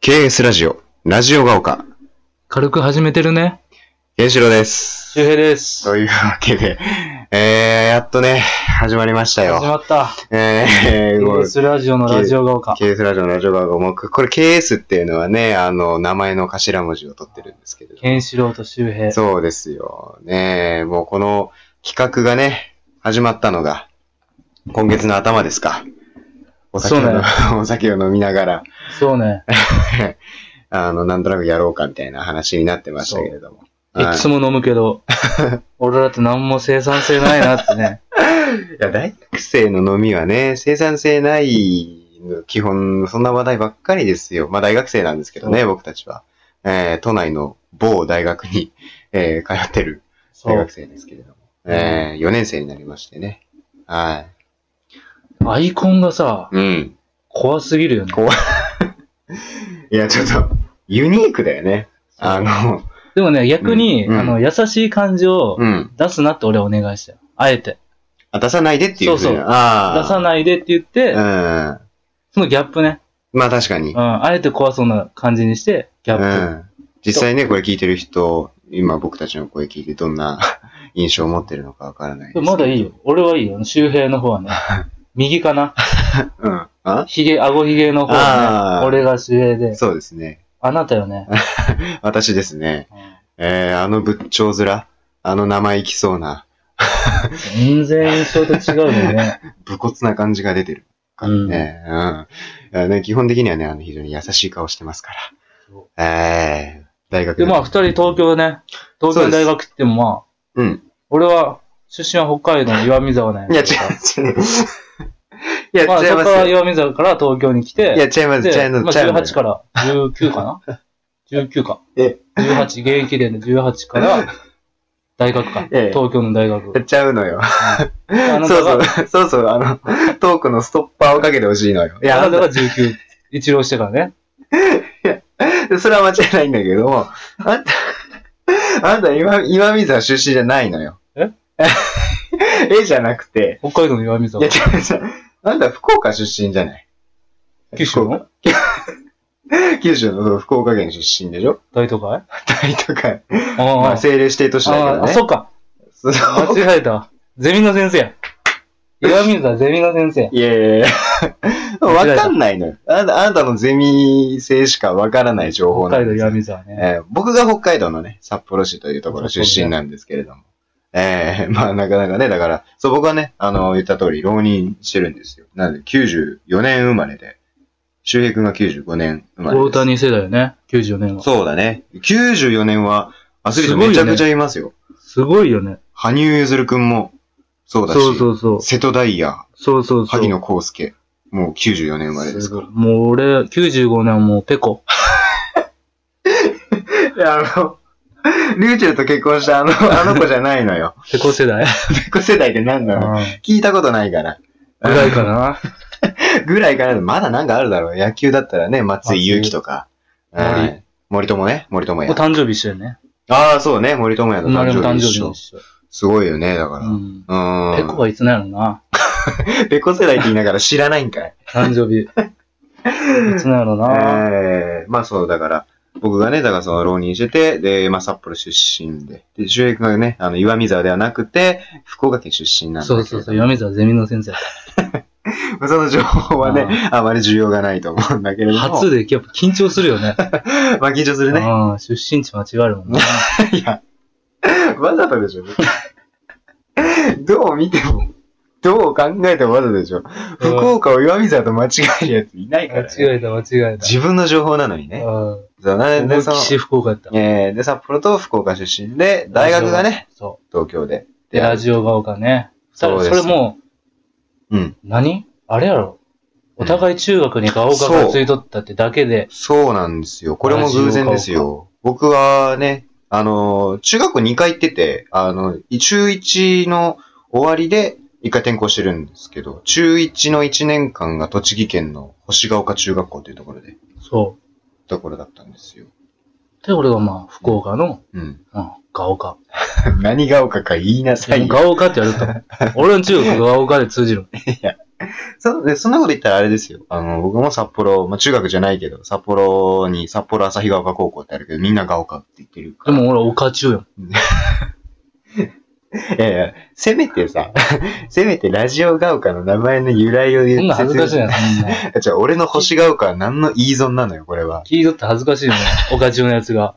KS ラジオ、ラジオが丘、軽く始めてるね。ケンシロウです。周平です。というわけ で、えー、やっとね、始まりました始よ。まった。えー、こう TBS ラジオのラジオが丘。 KS ラジオのラジオが丘も、これ KS っていうのはね、あの、名前の頭文字を取ってるんですけれど。ケンシロウと周平。そうですよ。ねもうこの企画がね、始まったのが、今月の頭ですか。お酒を,、そうね お酒を飲みながら、 そうね。あの、なんとなくやろうかみたいな話になってましたけれども。いはいつも飲むけ ど、俺らって何も生産性ないなってね。いや、大学生の飲みはね、生産性ないの、基本、そんな話題ばっかりですよ。まあ、大学生なんですけどね、そ僕たちは。えー都内の某大学に、えー通ってるそ大う学。生ですけれども。え4年生になりましてね。はアイコンがさ、い。うん。怖すぎるよね。怖 いや、ちょっと、ユニークだよね。あの、でもね、逆に、うんうんあの、優しい感じをうん。出すなって俺はお願いしたよ。あえて。あ出さないでっていうふうそうに。そうあ出さい。ないでって言って、うん。そのギャップね。まあ、確かにう。ん。あえて怖そうな感じにして、ギャップ。うん、実際ね、これ聞いてる人、今僕たちの声聞いてどんな 印象を持ってるのかわからないですでけもど。まだいいよ。俺はいいよ。周平の方 はね。右かな。うん。あひげ、顎ひげの方あー。ね俺が主演で。そうですね。 あなたよね。私ですね。うんえー、あの仏頂面、あの生意気そうな、全然印象と違うよね。武骨な感じが出てる。うんねうんいやね基本的にはね、あの非常に優しい顔してますから。えー、大学で、まあ、二人東京ね。東京の大学行ってもまうあ、ん。俺は、出身は北海道の岩見沢ね。いや、違う、違う。いや、まあ、違いそまこすかよ。ら岩見沢から東京に来て、いや、違います、違います、違で、いまあ、ます。 18から19かな ?19 か。え18、現役での18から、大学か。ええ東京の大 学。やっちゃうのよ。あなそたうそが、う、そうそう、あの、トークのストッパーをかけてほしいのよ。いあや、あなたのが19、一浪してからね。それは間違いないんだけども、あんた、あんた今、今水は出身じゃないのよ。 ええじゃなくて、北海道の岩見い沢や違。う違う、あんた福岡出身じゃない九州の九州の福岡県出身でしょ大都会大都会。あまあ、政令指定都市だけどあ、ね。そっか。そう間違えた。ゼミの先生や。岩水はゼミの先生や。いやいやいや。わかんないのよ。あんた、あんたのゼミ生しかわからない情報北なん海道ですよ岩水はね。えー僕が北海道のね、札幌市というところ出身なんですけれども。えーま あなかなかね、だから、そう僕はね、あの、言った通り浪人してるんですよ。なので94年生まれで、周平君が95年生まれです。大谷世代よね。94年は。そうだね。94年はアスリートすごいよめねちゃくちゃいますよ。すごいよね。羽生結弦君もそうだし、そうそうそう。瀬戸大也、そうそうそう。萩野公介、もう94年生まれですすかごいもう俺、95年はもうペコ。ら。いや、 あの、リューチェルと結婚したあの、あの子じゃないのよ。 ペコ世代ペコ世代って何なうんの聞いたことないから。ぐらいかな。ぐらいからまだなんかあるだろう。野球だったらね、松井裕樹とか。松う井ん森友ね、森友もう哉。誕生日一緒よね。ああ、そうね、森友哉生のま誕れも生誕日生一日も緒一。緒。すごいよね、だから。ううんーん。ペコはいつなんやろな。ペコ世代って言いながら知らないん かい。誕 生日。いつなんやろな。ええまあそう、だから、僕がね、だからその浪人してて、で、まあ札幌出身で。で、周平君がね、あの、岩見沢ではなくて、福岡県出身なんだけそどうそうそう。岩水はゼミの先生。その情報はね、あまり需要がないと思うんだけれども。初でやっぱ緊張するよね。まあ緊張するね。うん出身地間違えるもんね。いや、わざとでしょ。 どう見ても、どう考えてもわざとでしょ。福岡を岩見沢と間違えるやついないか 間ら、ね。違えた、間違えた。自分の情報なのにね。うん。そうなで思いっそきのし福岡やった。えーで、札幌と福岡出身で、大学がね、。そ東京で。う。で、ラジオが丘ね。ただ、それもう、うん。何あれやろ。お互い中学にが丘がついとったってだけで、そうなんですよ。これも偶然ですラジよ。僕はね、あの、中学校2回行ってて、あの、中1の終わりで1回転校してるんですけど、中1の1年間が栃木県の星ヶ丘中学校というところで、そところだったんですよ。う。で、俺はまあ、福岡の、うん。うん、が丘。 何が丘か言いなさいよ。 が丘ってやると思う。俺の中学が丘で通じる。そでそんなこと言ったらあれですよ。あの、僕も札幌、まあ、中学じゃないけど、札幌に、札幌旭ヶ丘高校ってあるけど、みんなが丘って言ってるかでら。も俺、おかちゅうよ。いやいや、せめてさ、 せめてラジオが丘の名前の由来を言そんな恥ずかしい説明な、そんな。じゃあ、俺の星が丘は何の言い損なのよ、これは。聞いとって恥ずかしいよね。おかちゅうのやつ が。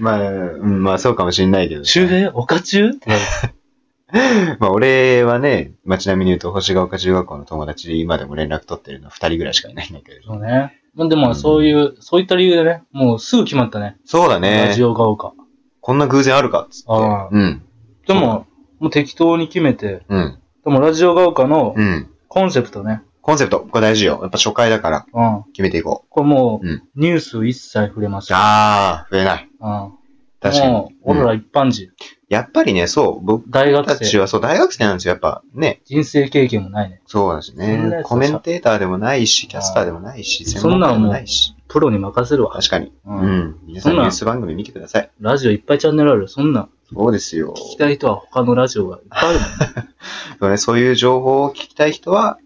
まあ、うんまあそうかもしんないけど。周平おかちゅうってなる。 まあ俺はね、まあちなみに言うと星が丘中学校の友達で今でも連絡取ってるのは二人ぐらいしかいないんだけれそど。うね。まあでも、そういう、そういった理由でね、もうすぐ決まったね。そうだラねジ。オが丘。こんな偶然あるかっつって。ああうん。でも、もう適当に決めて、うん。でもラジオが丘のうん。コンセプトね。コンセプト、これ大事よ。やっぱ初回だからうん。決めていここれもううん、ニュース一切触れまう。せん。ああ、増えない。うん。確かにもう。俺うんら一般人、やっぱりね、そう、僕大学たち生、はそう、大学生なんですよ。やっぱね、人生経験もないね。そうですそんなね。やつはコメンテーターでもないし、キャスターでもないし、ああ専門家でもないし。プロに任せるわ。確かに。う。うんん。皆さんそんニなュース番組見てください。ラジオいっぱいチャンネルある。そんなんそうですよ。聞きたい人は他のラジオがいっぱいあるもんね。そうね、そういう情報を聞きたい人は、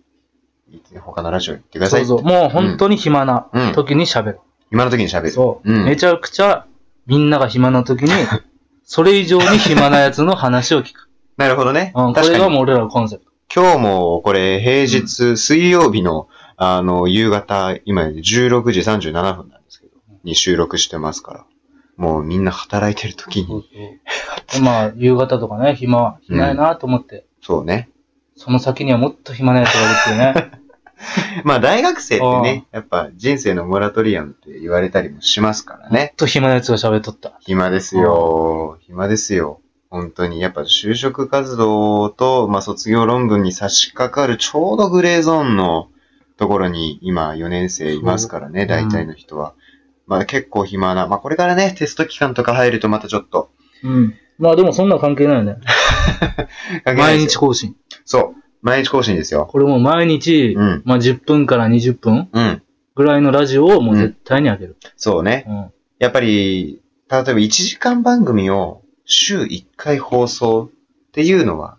他のラジオ行ってくださそい。うそう。もう本当に暇なうん時に喋る。今の時に喋る。そう。うんめちゃくちゃみんなが暇な時 に、それ以上に暇なやつの話を聞く。なるほどね。うん、こ確れかがに。もう俺らのコンセプト。今日もこれ平日、水曜日の、あの、夕方、今16時37分なんですけど、に収録してますから。もうみんな働いてる時に。まあ、夕方とかね、暇、暇やなと思って、そうね。その先にはもっと暇なやつ がいるっていうね。まあ大学生ってね、やっぱ人生のモラトリアムって言われたりもしますからねもっ。と暇なやつが喋っとった。暇ですよ。暇ですよ。本当に。やっぱ就職活動と、まあ、卒業論文に差し掛かるちょうどグレーゾーンのところに今4年生いますからね、そう大体の人は。まあ結構暇な。まあこれからね、テスト期間とか入るとまたちょっと。うん。まあでもそんな関係ないよね。毎日更新。そう。毎日更新ですよ。これもう毎日、うんまあ10分から20分うん。ぐらいのラジオをもう絶対にあげる。そうね。うん。やっぱり、例えば1時間番組を週1回放送っていうのは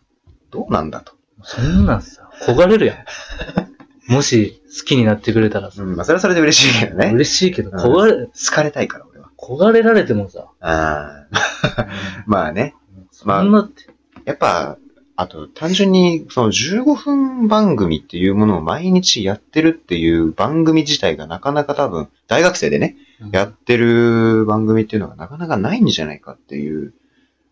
どうなんだと。そんなん さ、焦がれるやん。もし好きになってくれたらさ、うん。まあそれはそれで嬉しいけどね。嬉しいけど、うん焦がれ、好かれたいから、俺は。焦がれられてもさ、ああ。 まあね。そんなって、やっぱ、あと、単純に、その15分番組っていうものを毎日やってるっていう番組自体がなかなか多分、大学生でね、うんやってる番組っていうのがなかなかないんじゃないかっていう、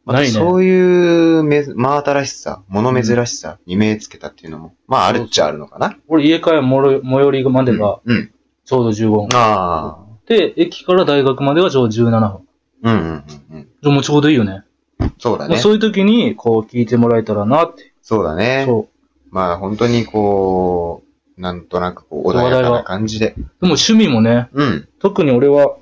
またないねそういうめ、真新しさ、物珍しさに目つけたっていうのも、まああるっちゃあるのかな。俺家からもろ最寄りまでがうん。うんちょうど15分。ああ。で、駅から大学までがちょうど17分。うんうんうんでもちょうどいいよね。うん。そうだまあね。そういう時に、こう聞いてもらえたらなって。そうだね。そまあ本当にこう、なんとなくこう穏やかな感じで。う。でも趣味もね、うん。特に俺は、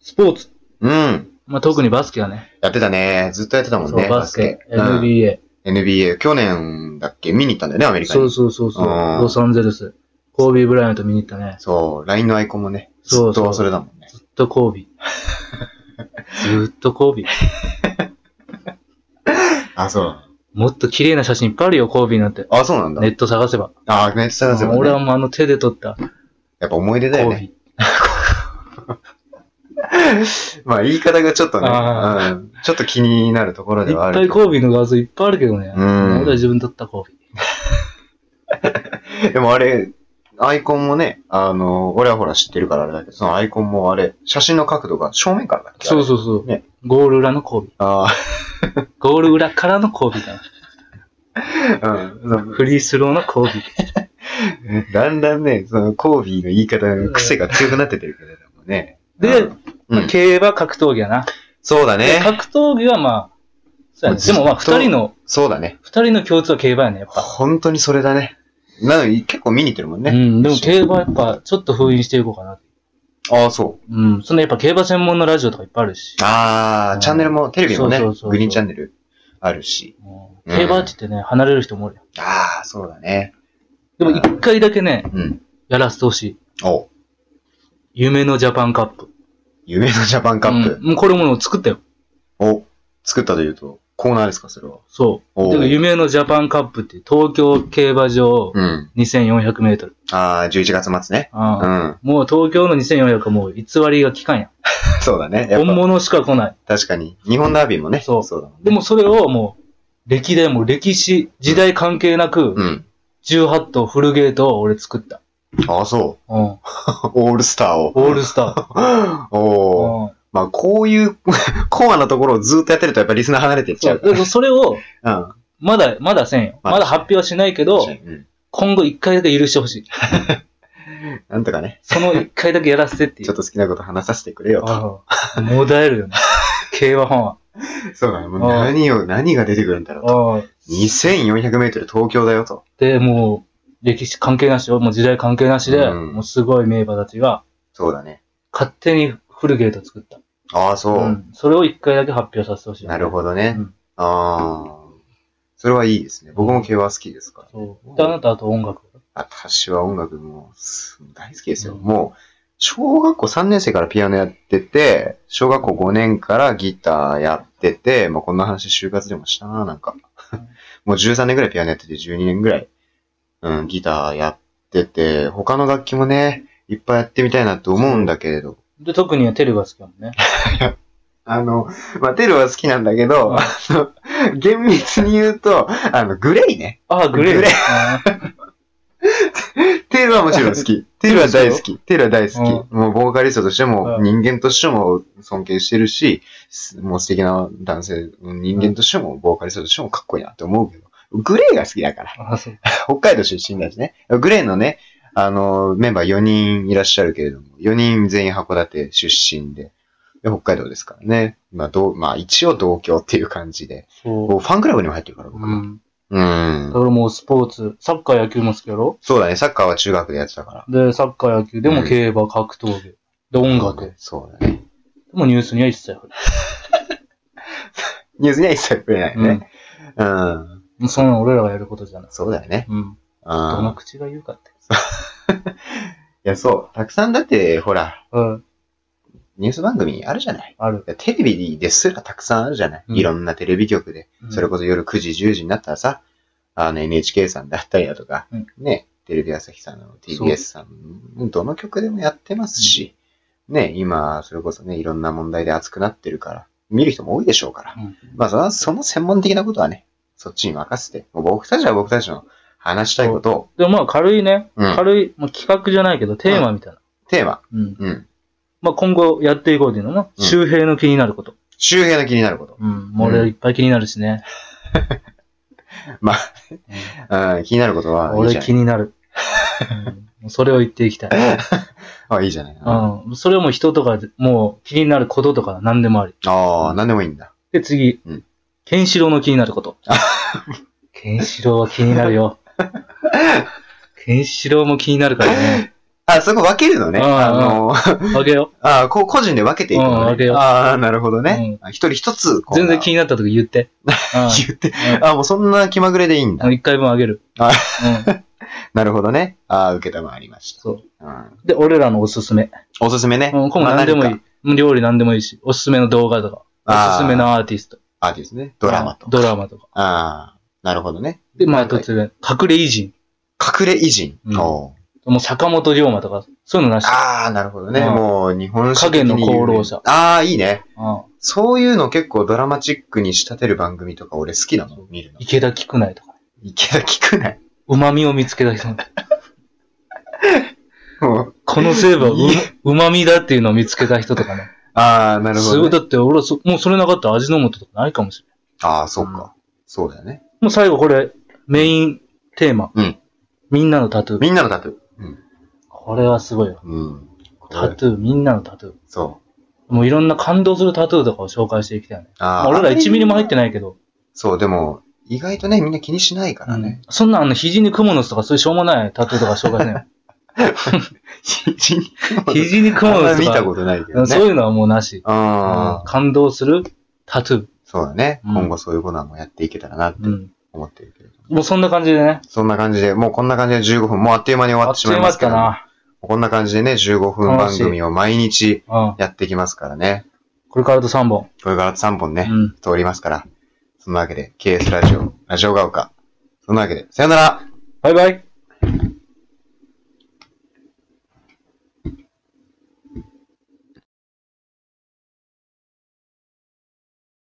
スポーツ。うん。まあ特にバスケだね。やってたね。ずっとやってたもんそね。う、バスケ、バスケ NBA。うん NBA。去年だっけ見に行ったんだよね、アメリカに。そうそうそうそう。うんロサンゼルス。コービー・ブライアント見に行ったね。そう。LINE のアイコンもね。ずそっうそうとそれだもんね。ずっ とコービー。ずっとコービー。あ、そう。もっと綺麗な写真いっぱいあるよ、コービーなんて。あ、そうなんだ。ネット探せば。あ、ネット探せば、ね。俺はもうあの手で撮ったコやっぱ思い出だよーね。ビまあ言い方がちょっとね、あうん、ちょっと気になるところー。いではあっるぱけいど。コービーの画像いっぱいあるけどね。うん俺は自分撮ったコービー。でもあれ、アイコンもね、あの、俺はほら知ってるからあれだけど、そのアイコンもあれ、写真の角度が正面からだっけそうう。そうそう。ねゴール裏のコービー。あゴール裏からのコービーだな。あ、うん。フリースローのコービー。だんだんね、そのコービーの言い方の癖が強くなってってるけれどもね。で、うんまあうん競馬格闘技やな。そうだでね。格闘技はまあ、そうやねでもまあずっと二人の、そうだね。二人の共通は競馬やね、やっぱ。本当にそれだね。なのに結構見に行ってるもんうね。ん、でも競馬やっぱちょっと封印していこうかな。ああ、そう。うん、そのやっぱ競馬専門のラジオとかいっぱいあるし。あうあ、んチャンネルも、テレビもね、そうそうそうそうグリーンチャンネルあるし。もううん競馬って言ってね、離れる人もおるよ。ああ、そうだね。でも一回だけね、うん。やらせてほしい。おう夢のジャパンカップ。夢のジャパンカップ。うんもうこれものを作ったよ。を作ったというと、コーナーですか、それは。そう。おーだから夢のジャパンカップって東京競馬場うん。 2400メートル。ああ、11月末ね。うああん。もう東京の2400はもう偽りが効かんやそうだね。ん。やっ本ぱ、物しか来ない。確かに。日本ダービーもね。そうそうだもんね。でもそれをもう、歴代もう歴史、時代関係なく、うん。 18頭フルゲートを俺作った。ああ、そう。うん。オールスターを。オールスター。 おお。うんまあ、こういう コアなところをずっとやってると、やっぱリスナー離れていっちそゃうう。かだからそれを、ら。うん。まだ、まだせんよ。ままだだ発表はしないけど、うん今後一回だけ許してほしい。なんとかね、その一回だけやらせてっていちょうっ。と好きなこと話させてくれよと。うんもだえるよ ね。競馬ファンは。そうだね。もうああ何を、何が出てくるんだろうと。うん2400メートル東京だよと。で、もう、歴史関係なしよ。もう時代関係なしで、うんもうすごい名馬たちが、そうだね。勝手にフルゲート作った。ああ、そう。ん。それを一回だけ発表させてほしい。なるほどね。うんああ。それはいいですね。僕も競馬好きですから。そう。で、あなたあと音楽。私は音楽もす大好きですよ。もう、小学校3年生からピアノやってて、小学校5年からギターやってて、まあこんな話就活でもしたな、なんか。もう13年ぐらいピアノやってて、12年ぐらい、うん、ギターやってて、他の楽器もね、いっぱいやってみたいなと思うんだけれど、で、特にテルが好きだもんね。あの、まあ、テルは好きなんだけど、うんあの、厳密に言うと、あの、グレイね。ああ、グレー。グレー。テルはもちろん好き。テルは大好き。テルは大好き。もう、ボーカリストとしても、うん人間としても尊敬してるし、すもう素敵な男性、人間としても、ボーカリストとしてもかっこいいなって思うけど、グレイが好きだから。ああ、そう。北海道出身だしね。グレイのね、あの、メンバー4人いらっしゃるけれども、4人全員函館出身で、で北海道ですからね。まあ、どう、まあ、一応同郷っていう感じで。そ僕ファンクラブにも入ってるから、う。僕。うん。うんだか。らもうスポーツ、サッカー野球も好きやろそうだね、サッカーは中学でやってたから。で、サッカー野球でも競馬、格闘技。で、音楽。でそうだね。もニュースには一切触れニュースには一切触れないない。ね。うん。うん。そんなん俺らがやることじゃない。そうだよね。うん。うどのん。口が言うかって。いや、そう。たくさんだって、ほら、うん。ニュース番組あるじゃない。ある。いやテレビですらたくさんあるじゃない。うんいろんなテレビ局で。うんそれこそ夜9時、10時になったらさ、あの NHK さんだったりだとか、うんね、テレビ朝日さんの TBS さん、どの曲でもやってますし、ね、今、それこそね、いろんな問題で熱くなってるから、見る人も多いでしょうから、うんまあその、その専門的なことはね、そっちに任せて、もう僕たちは僕たちの話したいことを、でもまあ軽いね、うん軽い、まあ、企画じゃないけど、テーマみたいな。テーマ、うん。うん、まあ今後やっていこうっていうのも、うん周平の気になること。周辺の気になること。うん。もう俺いっぱい気になるしね。まあ、うん気になることはいいじ俺ゃな気い。に なる。うんもうそれを言っていきたい。あ、いいじゃない。あうん。それはもう人とかで、もう気になることとか何でもあり。あー、なんでもいいんだ。で、次。うんケンシロウの気になる こと。ケンシロウは気になるよ。ケンシロウも気になるからね。あ、そこ分けるのね。うんあの、あげよ ああ、こう個人で分けていくうんの分けね。ようああ、なるほどね。あ一人一つ、う。全然気になった時 言って。う言って。んああ、もうそんな気まぐれでいいんあのだ。一回分あげる。あうん、なるほどね。ああ、受けたまわりました。そう。うんで、俺らのおすすめ。おすすめね。うん、今後何でもいまあい。料理何でもいいし、おすすめの動画とか、あーおすすめのアーティスト。あですね。ドラマと。ドラマとか。ああ、なるほどね。で、まあ、なんか突然、隠れ偉人。隠れ偉人。うんおうもう坂本龍馬とか、そういうのなし。ああ、なるほどね。うんもう日本史的に影の功労者ああ、いいね。うんそういうの結構ドラマチックに仕立てる番組とか俺好きなの見るの。池田菊内とか。池田聞くない。旨味を見つけた人。もうこの成分はういい旨味だっていうのを見つけた人とかね。ああ、なるほすどごい。ね。だって俺はそ、もうそれなかったら味の素とかないかもしれない。ああ、そっか。そうだよね。もう最後これ、メインテーマ。うんみんなのタトゥー。みんなのタトゥー。うんこれはすごいよ。うん。タトゥー、みんなのタトゥー。そう。もういろんな感動するタトゥーとかを紹介していきたいよね。まああ、ー俺ら1ミリも入ってないけど、そう、でも、意外とね、みんな気にしないからね。そんなあの、肘に蜘蛛の巣とかそういうしょうもないタトゥーとか紹介せ んよ。肘に肘に蜘蛛 あんのま巣見とたか、ことないけうどんそうね。いうのはもうなし。ああ、感動するタトゥー。そうだね。うん今後そういうことはもうやっていけたらなってうん。思ってるけれど。もうそんな感じでね。そんな感じで、もうこんな感じで15分、もうあっという間に終わっあってちしまいままっすけたど、な。こんな感じでね、15分番組を毎日うん。やっていきますからね。これからあと3本。これから3本うね、ん。通りますから。そそんなわけで、KS ラジオ、ラジオが丘。そんなわけで、さよならバイバイ